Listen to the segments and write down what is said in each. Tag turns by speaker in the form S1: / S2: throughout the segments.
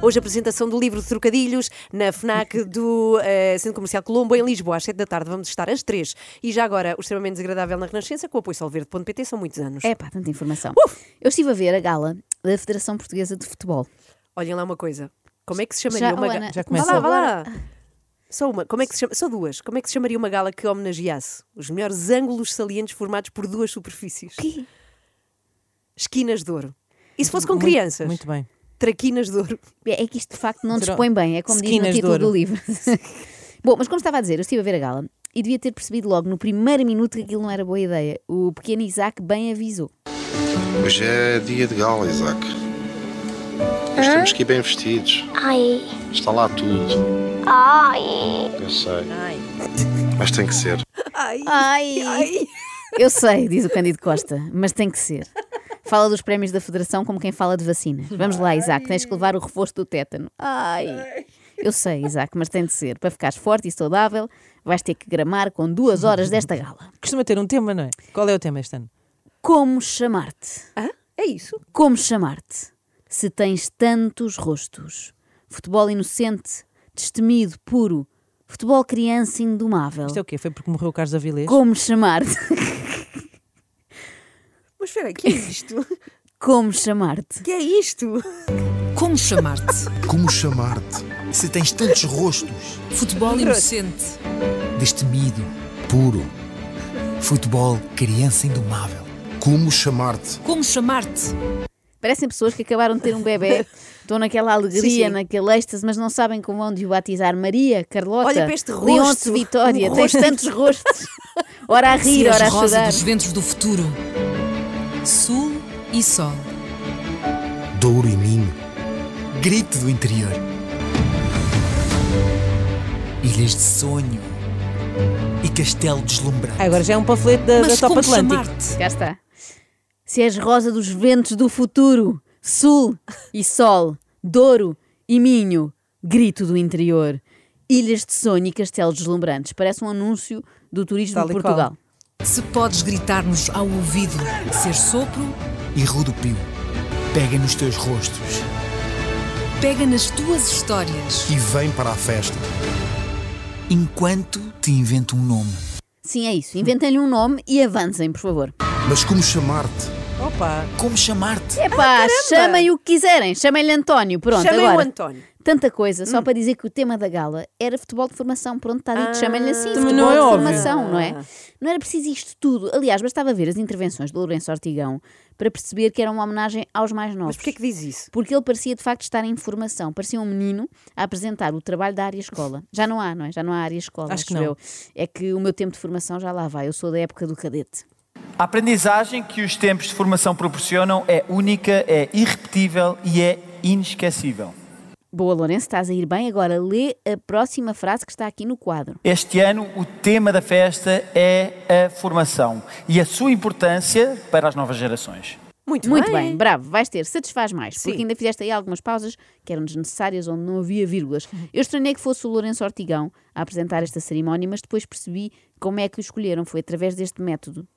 S1: hoje a apresentação do livro de trocadilhos na FNAC do eh, Centro Comercial Colombo, em Lisboa, às 7 da tarde. Vamos estar às 3. E já agora, o extremamente desagradável na Renascença, com o apoio salverde.pt, são muitos anos.
S2: É pá, tanta informação. Eu estive a ver a gala da Federação Portuguesa de Futebol.
S1: Olhem lá uma coisa. Como é que se
S2: Já,
S1: chamaria uma
S2: oh,
S1: gala?
S2: Ana,
S3: Já começa.
S1: Vá lá, vá lá. Só uma, como é que se chama? Só duas. Como é que se chamaria uma gala que homenageasse os melhores ângulos salientes formados por duas superfícies?
S2: Quê?
S1: Esquinas de ouro. E se fosse com
S3: Muito-
S1: crianças?
S3: Muito bem.
S1: Traquinas de ouro.
S2: É é que isto de facto não
S3: Dro-
S2: dispõe bem, é como diz no
S3: Esquinas de
S2: título
S3: ouro.
S2: do livro. Bom, mas como estava a dizer, eu estive a ver a gala e devia ter percebido logo no primeiro minuto que aquilo não era boa ideia. O pequeno Isaac bem avisou.
S4: Hoje é dia de gala, Isaac. Nós temos que ir bem vestidos.
S5: Ai,
S4: Está lá tudo.
S5: ai.
S4: Eu sei. Mas tem que ser.
S1: Ai,
S2: Ai! Eu sei, diz o Cândido Costa, mas tem que ser. Fala dos prémios da Federação como quem fala de vacina. Vamos lá, Isaac, tens que levar o reforço do tétano. Ai! Eu sei, Isaac, mas tem de ser. Para ficares forte e saudável, vais ter que gramar com duas horas desta gala.
S3: Costuma ter um tema, não é? Qual é o tema este ano?
S2: Como chamar-te?
S1: Hã? É isso?
S2: Como chamar-te? Se tens tantos rostos. Futebol inocente, destemido, puro. Futebol criança indomável.
S3: Isto é o quê? Foi porque morreu o Carlos Avilés?
S2: Como chamar-te?
S1: Mas espera, aí, que é isto?
S2: Como chamar-te?
S1: que é isto?
S6: Como chamar-te?
S7: Como chamar-te se tens tantos rostos?
S6: Futebol inocente.
S7: Destemido, puro. Futebol, criança indomável. Como chamar-te?
S6: Como chamar-te?
S2: Parecem pessoas que acabaram de ter um bebê, estão naquela alegria,
S1: Sim, sim.
S2: naquele êxtase, mas não sabem como vão de o batizar. Maria, Carlota,
S1: Olha para este rosto.
S2: Leonce, Vitória,
S1: Um
S2: tens
S1: rosto.
S2: tantos rostos. Ora a rir,
S6: Ser
S2: ora a
S6: rosa
S2: chorar.
S6: dos ventos do futuro. Sul e sol.
S7: Douro e Minho. Grito do interior. Ilhas de sonho. E castelo deslumbrante.
S3: Ah, agora já é um panfleto da, da
S6: Mas
S3: Top
S6: como
S3: Atlântico.
S6: chamar-te?
S2: Cá está. Se és rosa dos ventos do futuro, sul e sol, douro e minho, grito do interior, ilhas de sonho e castelos deslumbrantes. Parece um anúncio do turismo
S3: Tal
S2: de
S3: e qual.
S2: Portugal.
S6: Se podes gritar-nos ao ouvido, ser sopro,
S7: E rodopio. Pega nos teus rostos.
S6: pega nas tuas histórias.
S7: E vem para a festa. Enquanto te invento um nome.
S2: Sim, é isso. Inventem-lhe um nome e avancem, por favor.
S7: Mas como chamar-te?
S3: Opa!
S7: Como chamar-te?
S2: Epá, chamem o que quiserem. Chamem-lhe António. Pronto,
S1: Chamem o
S2: agora.
S1: António.
S2: Tanta coisa, só para dizer que o tema da gala era futebol de formação. Pronto, está dito. Chamem-lhe assim,
S3: também
S2: futebol
S3: não é
S2: de
S3: óbvio.
S2: formação, não é?
S1: Ah.
S2: Não era preciso isto tudo. Aliás, bastava ver as intervenções do Lourenço Ortigão para perceber que era uma homenagem aos mais novos.
S1: Mas porquê que diz isso?
S2: Porque ele parecia de facto estar em formação, parecia um menino a apresentar o trabalho da área escola. Já não há, não é? Já não há área escola,
S3: Acho que não.
S2: eu. É que o meu tempo de formação já lá vai, eu sou da época do cadete.
S8: A aprendizagem que os tempos de formação proporcionam é única, é irrepetível e é inesquecível.
S2: Boa, Lourenço, estás a ir bem. Agora lê a próxima frase que está aqui no quadro.
S8: Este ano, o tema da festa é a formação e a sua importância para as novas gerações.
S1: Muito,
S2: Muito bem,
S1: bem.
S2: bravo, vais ter, satisfaz mais,
S1: Sim.
S2: porque ainda fizeste aí algumas pausas que eram desnecessárias onde não havia vírgulas. Eu estranhei que fosse o Lourenço Ortigão a apresentar esta cerimónia, mas depois percebi como é que o escolheram, foi através deste método.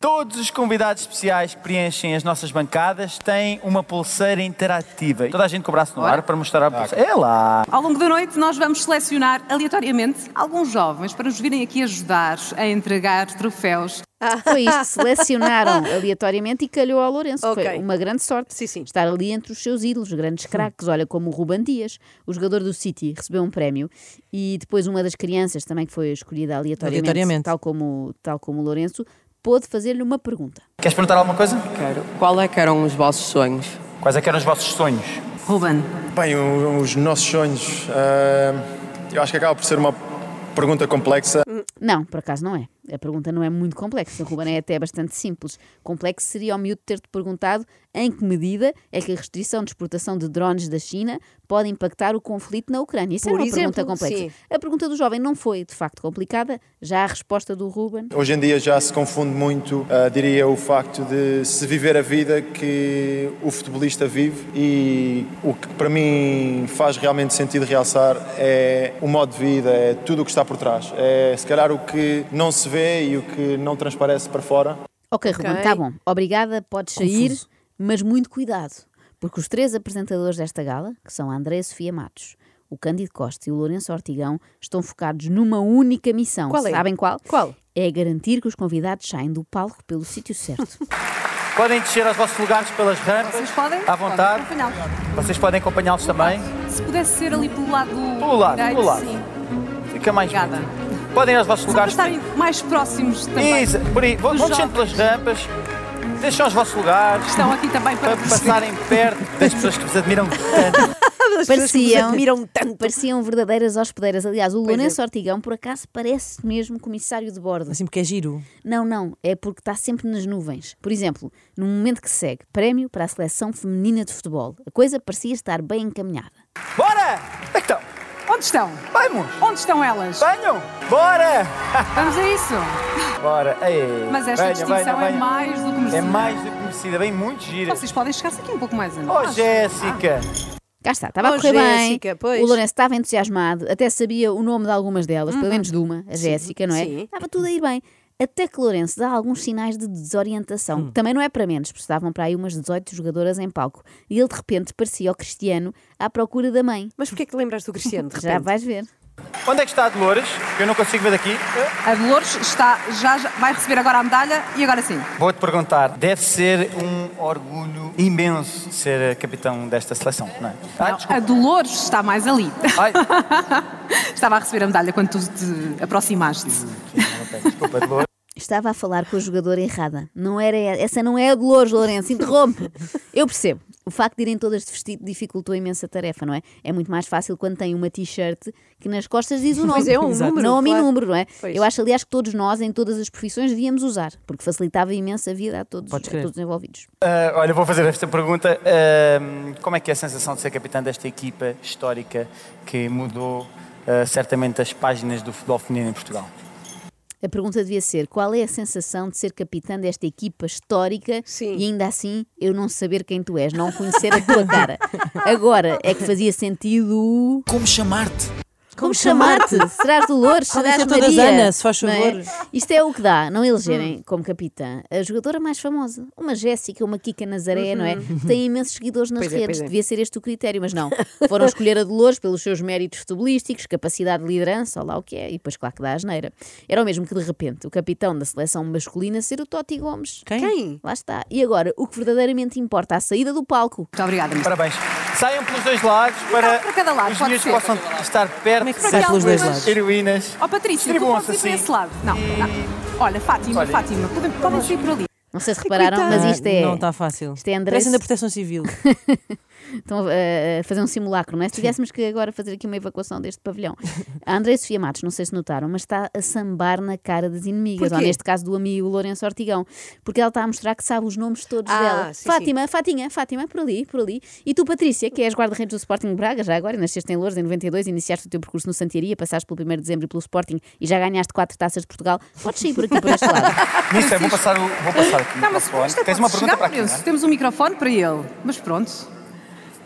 S8: Todos os convidados especiais que preenchem as nossas bancadas têm uma pulseira interativa. Toda a gente com o braço no ar para mostrar
S9: Ah,
S8: a pulseira. É lá!
S10: Ao longo da noite, nós vamos selecionar aleatoriamente alguns jovens para nos virem aqui ajudar a entregar troféus.
S1: Ah.
S2: Foi isto, selecionaram aleatoriamente e calhou ao Lourenço. que Foi
S1: Ok.
S2: uma grande sorte
S1: Sim, sim.
S2: estar ali entre os seus ídolos, grandes craques. Olha, como o Ruban Dias, o jogador do City, recebeu um prémio e depois uma das crianças também que foi escolhida aleatoriamente,
S3: Aleatoriamente.
S2: Tal, como, tal como o Lourenço, pôde fazer-lhe uma pergunta.
S8: Queres perguntar alguma coisa?
S9: Qual é que eram os vossos sonhos?
S8: Quais é que eram os vossos sonhos?
S10: Ruben,
S11: Bem, o- os nossos sonhos. ah, eu acho que acaba por ser uma pergunta complexa.
S2: Não, por acaso não é. A pergunta não é muito complexa. O Ruben é até bastante simples. Complexo seria ao miúdo ter-te perguntado em que medida é que a restrição de exportação de drones da China pode impactar o conflito na Ucrânia. Isso é
S1: Por
S2: uma
S1: exemplo,
S2: pergunta complexa.
S1: sim.
S2: A pergunta do jovem não foi, de facto, complicada. Já a resposta do Ruben
S11: Hoje em dia já se confunde muito, ah, diria, o facto de se viver a vida que o futebolista vive e o que para mim faz realmente sentido realçar é o modo de vida, é tudo o que está por trás. É se calhar o que não se vê e o que não transparece para fora.
S2: tá Ok, Ruben, está bom. Obrigada, podes sair, mas muito cuidado. Porque os três apresentadores desta gala, que são a Andréa Sofia Matos, o Cândido Costa e o Lourenço Ortigão, estão focados numa única missão.
S1: Qual é?
S2: Sabem qual?
S1: Qual?
S2: É garantir que os convidados saem do palco pelo sítio certo.
S8: Podem descer aos vossos lugares pelas rampas.
S10: Vocês podem?
S8: À vontade.
S10: Podem acompanhá-los.
S8: Vocês podem acompanhá-los também.
S10: Se pudesse ser ali pelo lado do.
S8: Pelo lado,
S10: direito,
S8: pelo lado.
S10: Sim.
S8: Fica mais
S10: Obrigada.
S8: bonito. Podem ir aos vossos
S10: Só para
S8: lugares.
S10: estarem mais próximos também.
S8: Isso, por aí. Vão,
S10: Os
S8: vão descendo
S10: jovens.
S8: pelas rampas. Deixam os vossos lugares.
S10: Estão aqui também para,
S8: Para passarem perto das pessoas que vos admiram tanto.
S1: As pessoas é que nos
S2: Pareciam.
S1: admiram tanto.
S2: Pareciam verdadeiras hospedeiras. Aliás, o
S1: Pois é.
S2: Lourenço Ortigão, por acaso, parece mesmo comissário de bordo.
S3: Assim porque é giro.
S2: Não, não, é porque está sempre nas nuvens. Por exemplo, no momento que segue, prémio para a seleção feminina de futebol. A coisa parecia estar bem encaminhada.
S8: Bora! Então,
S10: Onde estão?
S8: vamos!
S10: Onde estão elas?
S8: Venham! Bora!
S10: Vamos a isso.
S8: Bora! Ei,
S10: Mas esta
S8: venham,
S10: distinção
S8: venham,
S10: é
S8: venham.
S10: mais do que merecida.
S8: É mais do que conhecida, bem muito gira.
S10: Vocês Ah. podem chegar-se aqui um pouco mais a
S8: Oh,
S10: nós.
S8: Jéssica!
S2: Cá está, estava
S1: Oh,
S2: a correr
S1: Jéssica,
S2: bem.
S1: pois.
S2: O Lourenço estava entusiasmado, até sabia o nome de algumas delas, pelo menos de uma, a Jéssica, não é?
S1: Uhum. sim.
S2: Estava tudo a ir bem. Até que Lourenço dá alguns sinais de
S1: Hum.
S2: desorientação. que Também não é para menos, porque estavam para aí umas 18 jogadoras em palco. E ele de repente parecia o Cristiano à procura da mãe.
S1: Mas porquê é que lembraste do Cristiano? De repente?
S2: Já vais ver.
S8: Onde é que está a Dolores? Que eu não consigo ver daqui.
S10: A Dolores está, já, já- vai receber agora a medalha e agora sim.
S8: Vou-te perguntar, deve ser um orgulho imenso ser capitão desta seleção, não é? Ah,
S10: A
S8: desculpa.
S10: Dolores está mais ali.
S8: Ai,
S10: Estava a receber a medalha quando tu te aproximaste.
S8: desculpa, Dolores.
S2: Estava a falar com a jogadora errada. Não era essa. Essa não é a Dolores Lourenço. Interrompe. Eu percebo. O facto de irem todas de vestido dificultou imensa tarefa, não é? É muito mais fácil quando tem uma t-shirt que nas costas diz o nome.
S1: Pois é, um Exato. número,
S2: Nome
S1: claro.
S2: e número, não é?
S1: Pois.
S2: Eu acho, aliás, que todos nós, em todas as profissões, devíamos usar, porque facilitava imensa a vida a todos, a
S3: Podes crer.
S2: todos os envolvidos.
S8: Ah, olha, vou fazer esta pergunta. Ah, como é que é a sensação de ser capitão desta equipa histórica que mudou ah, certamente as páginas do futebol feminino em Portugal?
S2: A pergunta devia ser: qual é a sensação de ser capitã desta equipa histórica
S1: Sim.
S2: e ainda assim eu não saber quem tu és, não conhecer a tua cara? Agora é que fazia sentido.
S7: Como chamar-te?
S2: Como chamar-te? Serás Dolores?
S3: Podem
S2: Serás
S3: ser todas
S2: Maria?
S3: Ana, se faz
S2: Não é?
S3: favor.
S2: Isto é o que dá, não elegerem como capitã a jogadora mais famosa. Uma Jéssica, uma Kika Nazaré, não é? Tem imensos seguidores nas
S1: Pois é,
S2: redes.
S1: pois é.
S2: Devia ser este o critério, mas não. Foram escolher a Dolores pelos seus méritos futebolísticos, capacidade de liderança, ou lá o que é, e depois, claro que dá a asneira. Era o mesmo que, de repente, o capitão da seleção masculina ser o Totti Gomes.
S1: Quem?
S2: Lá está. E agora, o que verdadeiramente importa, a saída do palco.
S10: Muito obrigada, Mr.
S8: Parabéns. Saiam pelos dois lados para,
S10: para cada lado,
S8: os
S10: pode
S8: miúdos
S10: ser.
S8: possam estar perto
S3: Como é que
S8: das
S3: se sai pelos dois
S10: algumas-
S3: lados?
S8: heroínas.
S10: Ó Oh, Patrícia, tu
S8: Distribuam-se
S10: podes ir para
S8: assim.
S10: esse lado. Não. não. Olha, Fátima,
S8: Olha.
S10: Fátima, podem, podem sair por ali.
S2: Não sei se repararam, mas
S3: Ah,
S2: isto é.
S3: Não está fácil.
S2: Isto é Andrés-
S3: Parecem da Proteção Civil.
S2: estão a, a- a fazer um simulacro, não é? Se tivéssemos que agora fazer aqui uma evacuação deste pavilhão. A André Sofia Matos, não sei se notaram, mas está a sambar na cara das inimigas, ou
S1: Porquê?
S2: neste caso do amigo Lourenço Ortigão, porque ela está a mostrar que sabe os nomes todos
S1: Ah,
S2: dela.
S1: sim,
S2: Fátima, Fatinha, Fátima, por ali, por ali. E tu, Patrícia, que és guarda-redes do Sporting de Braga, já agora, e nasceste em Lourdes em 92, iniciaste o teu percurso no Santiaria, passaste pelo 1 de dezembro e pelo Sporting e já ganhaste quatro taças de Portugal. Podes sair por aqui, por este lado.
S8: Nisso, eu vou passar, o- vou passar aqui. o
S10: Não, mas
S8: microfone.
S10: esta
S8: Tens
S10: pode
S8: uma pergunta
S10: chegar
S8: para aqui,
S10: preso.
S8: não é?
S10: Temos um microfone para ele. Mas pronto.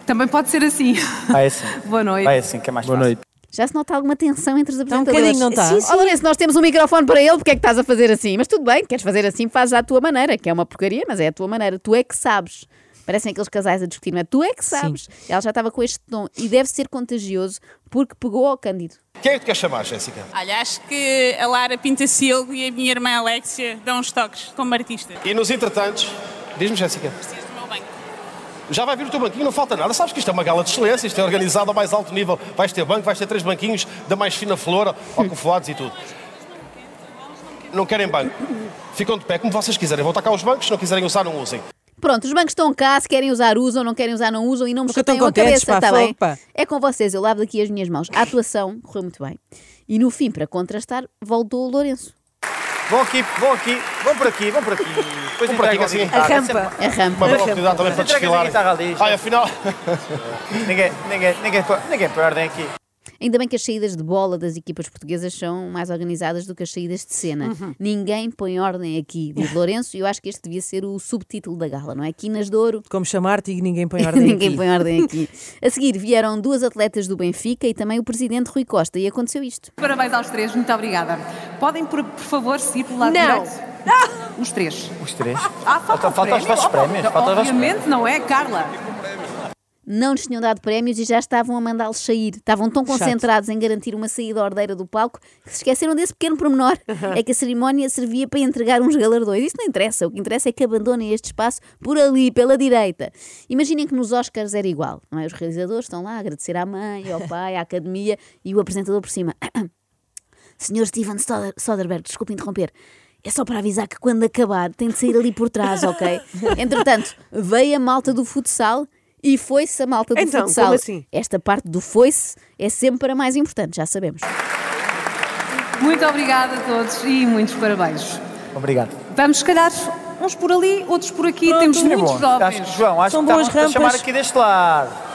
S10: Também pode ser assim.
S8: Ah, é assim.
S10: Boa noite.
S8: Ah, é assim, que é mais
S11: Boa
S8: fácil.
S11: noite.
S2: Já se nota alguma tensão entre os
S3: um
S2: apresentadores.
S3: bocadinho, não está?
S2: Sim, sim. Oh, Lourenço, nós temos um microfone para ele, porque é que estás a fazer assim? Mas tudo bem, queres fazer assim, faz à tua maneira, que é uma porcaria, mas é a tua maneira. Tu é que sabes. Parecem aqueles casais a discutir, mas tu é que sabes. Ela já estava com este tom e deve ser contagioso porque pegou ao Cândido.
S11: Quem é que te quer chamar, Jéssica?
S9: Olha, acho que a Lara Pintacil e a minha irmã Alexia dão uns toques como artista.
S11: E nos entretantos, diz-me, Jéssica,
S9: Preciso do meu banco.
S11: já vai vir o teu banquinho, não falta nada. Sabes que isto é uma gala de excelência, isto é organizado ao mais alto nível. Vais ter banco, vais ter três banquinhos da mais fina flora, alcofoados e tudo. Não querem banco. Ficam de pé como vocês quiserem. Vão tacar os bancos, se não quiserem usar, não usem.
S2: Pronto, os bancos estão cá, se querem usar, usam, não querem usar, não usam e não me
S3: Nunca estão
S2: chateiam a
S3: contentes,
S2: cabeça,
S3: pá,
S2: está
S3: fogo,
S2: bem?
S3: pá.
S2: É com vocês, eu lavo daqui as minhas mãos. A atuação correu muito bem. E no fim, para contrastar, voltou o Lourenço.
S8: Vão aqui, vão aqui, vão por aqui, vão por aqui. Depois
S11: Vão por aqui,
S8: entregam
S11: assim.
S8: guitarra.
S1: A rampa.
S8: Sempre-
S2: A É rampa.
S11: Uma bela oportunidade também para
S8: Entregas a
S11: desfilar.
S8: guitarra ali, já.
S11: Ai, afinal,
S8: Ninguém, ninguém, ninguém, ninguém perdem aqui.
S2: Ainda bem que as saídas de bola das equipas portuguesas são mais organizadas do que as saídas de cena.
S3: Uhum.
S2: Ninguém põe ordem aqui, diz Lourenço, e eu acho que este devia ser o subtítulo da gala, não é? Quinas de Ouro.
S3: Como chamar-te e ninguém põe ordem
S2: Ninguém
S3: aqui.
S2: põe ordem aqui. A seguir vieram duas atletas do Benfica e também o presidente Rui Costa, e aconteceu isto.
S10: Parabéns aos três, muito obrigada. Podem, por, por favor, seguir pelo lado
S1: Não.
S10: direito? Os três.
S8: Os três.
S10: Ah,
S8: Falta-
S10: falta, o prémio.
S8: falta os vossos prémios, falta os vossos
S10: Obviamente, não é, Carla?
S2: não lhes tinham dado prémios e já estavam a mandá-los sair. Estavam tão concentrados em garantir uma saída ordeira do palco que se esqueceram desse pequeno pormenor. É que a cerimónia servia para entregar uns galardões. Isso não interessa. O que interessa é que abandonem este espaço por ali, pela direita. Imaginem que nos Oscars era igual. Não é? Os realizadores estão lá a agradecer à mãe, ao pai, à academia e o apresentador por cima. Senhor Steven Soder- Soderbergh, desculpe interromper. É só para avisar que quando acabar tem de sair ali por trás, ok? Entretanto, veio a malta do futsal e foi-se a malta do
S1: Então,
S2: futsal.
S1: como assim?
S2: Esta parte do foi-se é sempre a mais importante, já sabemos.
S10: Muito obrigada a todos e muitos parabéns.
S8: Obrigado.
S10: Vamos, se calhar, uns por ali, outros por aqui. Temos
S8: É
S10: muitos
S8: bom.
S10: jovens.
S8: Acho que, João, acho
S3: São
S8: que tá
S3: boas
S8: estavam a chamar
S3: rampas.
S8: aqui deste lado.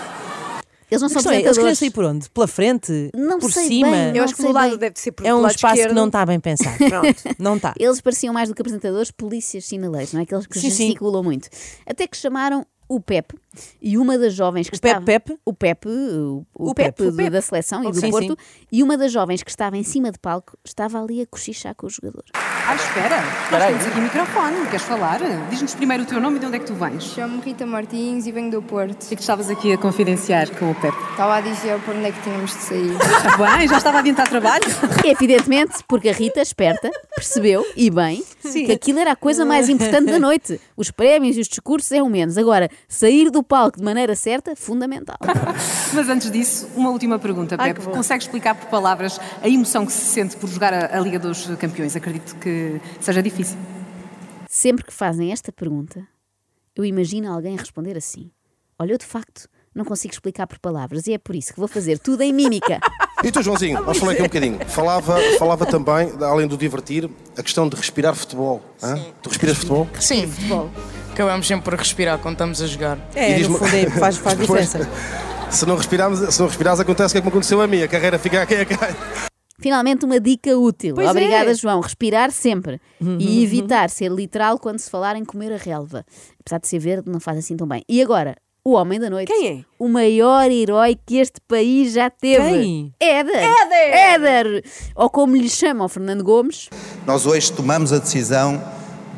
S2: Eles não
S3: A
S2: são
S3: questão é, eles queriam
S2: apresentadores.
S3: sair por onde? Pela frente?
S2: Não
S3: por
S2: sei
S3: cima?
S2: bem,
S1: Eu
S2: Não
S1: acho que
S2: sei
S1: o lado
S2: bem.
S1: deve ser por
S3: É um
S1: lado
S3: espaço
S1: esquerdo.
S3: que
S10: tá
S3: não está bem pensado.
S1: Pronto.
S3: Não está.
S2: Eles pareciam mais do que apresentadores, polícias, sinaleiros, não é? Aqueles que
S3: Sim, sim.
S2: gesticulam muito. Até que chamaram o Pepe e uma das jovens que
S3: Pepe,
S2: estava...
S3: Pepe?
S2: O Pepe, o, o
S3: O
S2: Pepe,
S3: Pepe,
S2: do-
S3: o Pepe.
S2: da seleção e do
S3: Sim,
S2: Porto, e uma das jovens que estava em cima de palco estava ali a cochichar com o jogador.
S10: Ah, espera. Nós temos aqui microfone. Queres falar? Diz-nos primeiro o teu nome e de onde é que tu vens.
S9: Chamo-me Rita Martins e venho do Porto.
S10: E que estavas aqui a confidenciar com o Pepe.
S9: Estava a dizer por onde é que tínhamos de sair.
S10: Está bem? Já estava a adiantar trabalho?
S2: E, evidentemente, porque a Rita, esperta, percebeu, e bem, que aquilo era a coisa mais importante da noite. Os prémios e os discursos é o menos. Agora, sair do palco de maneira certa, fundamental.
S10: Mas antes disso, uma última pergunta,
S1: Ai,
S10: Pepe.
S1: que bom.
S10: Consegue explicar por palavras a emoção que se sente por jogar a, a Liga dos Campeões? Acredito que seja difícil.
S2: Sempre que fazem esta pergunta, eu imagino alguém responder assim: Olha, eu de facto não consigo explicar por palavras e é por isso que vou fazer tudo em mímica.
S4: E tu, Joãozinho, vamos falar aqui um bocadinho. Falava, falava também, além do divertir, a questão de respirar futebol. hã? Tu respiras futebol?
S6: Sim. Acabamos sempre por respirar quando estamos a jogar.
S4: E
S3: É,
S4: diz-me-
S3: no fundo é, faz, faz
S4: Depois-
S3: diferença.
S4: Se não, respirarmos, se não respirares, acontece o que é que me aconteceu a mim. A carreira fica aqui, aqui.
S2: Finalmente, uma dica útil.
S1: Pois é.
S2: Obrigada, João. Respirar sempre e evitar ser literal quando se falar em comer a relva. Apesar de ser verde, não faz assim tão bem. E agora, o homem da noite.
S1: Quem é?
S2: O maior herói que este país já teve.
S3: Quem?
S2: Éder. Éder! Ou como lhe chama o Fernando Gomes.
S11: Nós hoje tomamos a decisão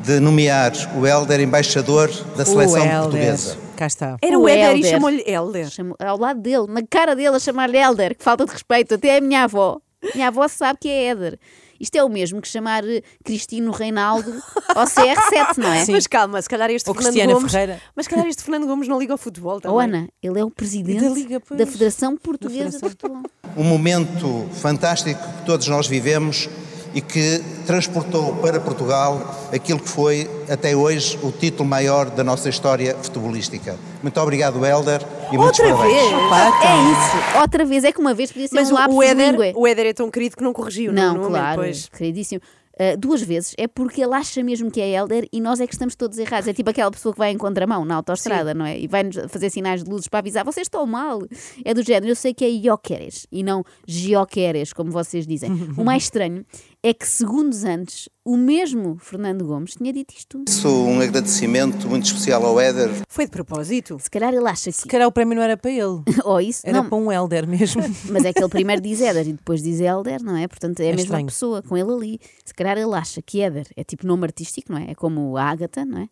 S11: de nomear o Helder embaixador da
S3: o Helder. Cá está.
S1: Era o,
S2: O
S1: Éder e
S2: Hélder.
S1: chamou-lhe Helder.
S2: Chamou- ao lado dele, na cara dele, a chamar-lhe Helder, que falta de respeito, até a minha avó. Minha avó sabe que é Éder. Isto é o mesmo que chamar eh, Cristino Reinaldo ao CR7, não é?
S1: Mas calma, se calhar este
S3: Ou
S1: Fernando
S3: Cristiana
S1: Gomes.
S3: Ferreira.
S1: Mas se calhar este Fernando Gomes não liga ao futebol também.
S2: Ou Ana, ele é o presidente
S3: Da
S2: da,
S3: Liga, pois.
S2: Federação Portuguesa de Futebol.
S11: Um momento fantástico que todos nós vivemos e que transportou para Portugal aquilo que foi até hoje o título maior da nossa história futebolística. Muito obrigado, Helder, e muitos
S1: Outra
S11: parabéns.
S1: vez.
S2: É isso. Outra vez, é que uma vez podia ser
S1: Mas o,
S2: um lápis
S1: o, Éder,
S2: de língua.
S1: o Éder é tão querido que não corrigiu,
S2: Não,
S1: no momento,
S2: claro,
S1: pois.
S2: queridíssimo. Ah, duas vezes é porque ele acha mesmo que é Helder e nós é que estamos todos errados. É tipo aquela pessoa que vai em contramão na autoestrada, não é? E vai-nos fazer sinais de luzes para avisar: vocês estão mal. É do género, eu sei que é Ioqueres e não Gioqueres, como vocês dizem. o mais estranho é que segundos antes, o mesmo Fernando Gomes tinha dito isto.
S11: Isso, um agradecimento muito especial ao Helder
S1: Foi de propósito.
S2: Se calhar ele acha
S3: Se
S2: que.
S3: calhar o prémio não era para ele.
S2: Ou isso,
S3: Era
S2: não,
S3: para um Helder mesmo.
S2: Mas é que ele primeiro diz Éder e depois diz Helder, não é? Portanto, é a mesma
S3: estranho.
S2: pessoa, com ele ali. Se calhar ele acha que Éder é tipo nome artístico, não é? É como a Ágata, não é?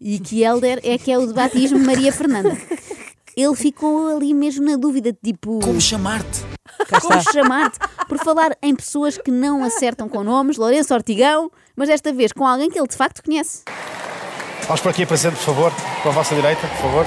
S2: E que Helder é que é o de batismo de Maria Fernanda. Ele ficou ali mesmo na dúvida, tipo,
S7: Como chamar-te?
S3: Cá
S2: como
S3: está.
S2: chamar-te? Por falar em pessoas que não acertam com nomes, Lourenço Ortigão, mas desta vez com alguém que ele de facto conhece.
S11: Vamos para aqui, Presidente, por favor, para a vossa direita, por favor.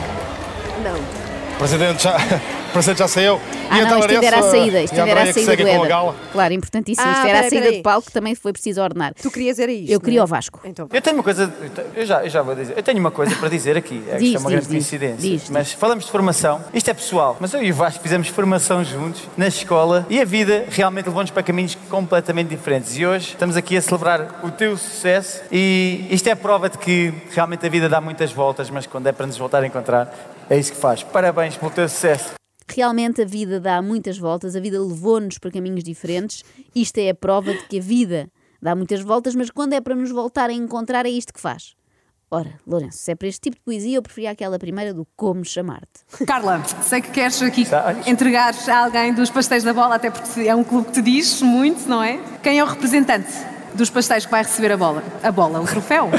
S1: Não.
S11: Presidente já, presidente já saiu.
S2: Ah, não, isto ainda era a saída, isto ainda era a saída do Éder.
S11: gala.
S2: Claro, importantíssimo.
S1: Ah,
S2: Isto era a
S1: peraí,
S2: saída
S1: peraí.
S2: de palco que também foi preciso ordenar.
S1: Tu querias era isto.
S2: Eu queria
S1: não é?
S2: o Vasco.
S1: Então,
S8: Eu tenho uma coisa, eu te- eu já, eu já vou dizer, eu tenho uma coisa para dizer aqui, é, que
S2: Diz,
S8: isto é uma
S2: diz,
S8: grande
S2: diz,
S8: coincidência.
S2: diz, diz.
S8: mas falamos de formação, isto é pessoal, mas eu e o Vasco fizemos formação juntos na escola e a vida realmente levou-nos para caminhos completamente diferentes. E hoje estamos aqui a celebrar o teu sucesso e isto é a prova de que realmente a vida dá muitas voltas, mas quando é para nos voltar a encontrar, é isso que faz. Parabéns pelo teu sucesso.
S2: Realmente a vida dá muitas voltas, a vida levou-nos para caminhos diferentes. Isto é a prova de que a vida dá muitas voltas, mas quando é para nos voltar a encontrar, é isto que faz. Ora, Lourenço, se é para este tipo de poesia, eu preferia aquela primeira do Como Chamar-te.
S10: Carla, sei que queres aqui
S8: Tá.
S10: entregar a alguém dos pastéis da bola, até porque é um clube que te diz muito, não é? Quem é o representante dos pastéis que vai receber a bola? A bola, o troféu.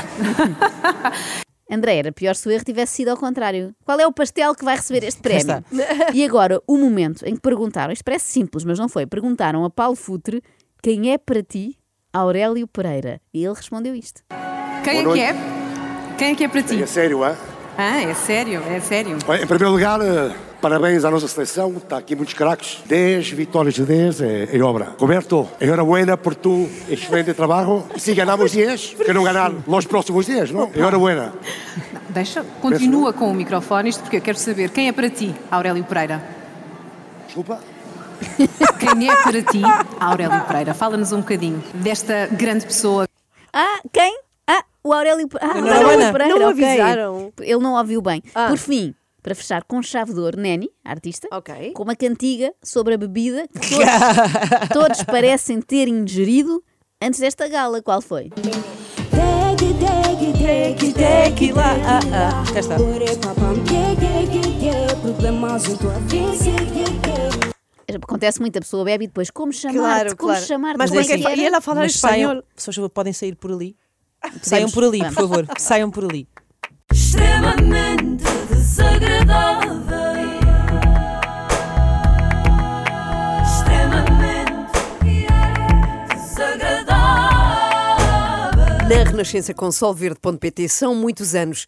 S2: André, era pior se o erro tivesse sido ao contrário. Qual é o pastel que vai receber este prémio? E agora, o momento em que perguntaram, isto parece simples, mas não foi, perguntaram a Paulo Futre quem é para ti Aurélio Pereira. E ele respondeu isto.
S6: Quem é
S4: Boa
S6: que é?
S4: noite.
S6: Quem é que é para ti?
S4: É sério, é?
S6: Ah, é sério, é sério.
S4: Bem, Em primeiro lugar, eh, parabéns à nossa seleção. Está aqui muitos craques. 10 vitórias de 10 é, é obra. Roberto, enhorabuena por tu excelente trabalho. E se ganamos 10, que não ganar nos próximos 10, não? Enhorabuena.
S6: Deixa, continua com o microfone, isto porque eu quero saber quem é para ti, Aurélio Pereira.
S4: Desculpa?
S6: Quem é para ti, Aurélio Pereira? Fala-nos um bocadinho desta grande pessoa.
S2: Ah, quem? Ah, o Aurélio, Pe- ah, o
S6: Não,
S2: Aurélio
S6: Ana,
S2: Pereira.
S6: não
S2: ok.
S6: avisaram.
S2: Ele não ouviu bem. Por fim, para fechar com chave de ouro, Neni, artista, com uma cantiga sobre a bebida que todos, todos parecem ter ingerido antes desta gala. Qual foi?
S12: Tequila. Ah, ah, cá está.
S2: Acontece muito, a pessoa bebe e depois como chamar
S12: Claro,
S2: como
S12: claro.
S2: chamar
S12: Mas
S2: como é
S12: é
S2: que
S12: assim,
S2: era?
S12: e ela fala Mas espanhol. saiam- Pessoas que podem sair por ali. Saiam por ali, por favor. Saiam por ali.
S13: Extremamente desagradável. Extremamente desagradável.
S1: Na Renascença com Solverde.pt são muitos anos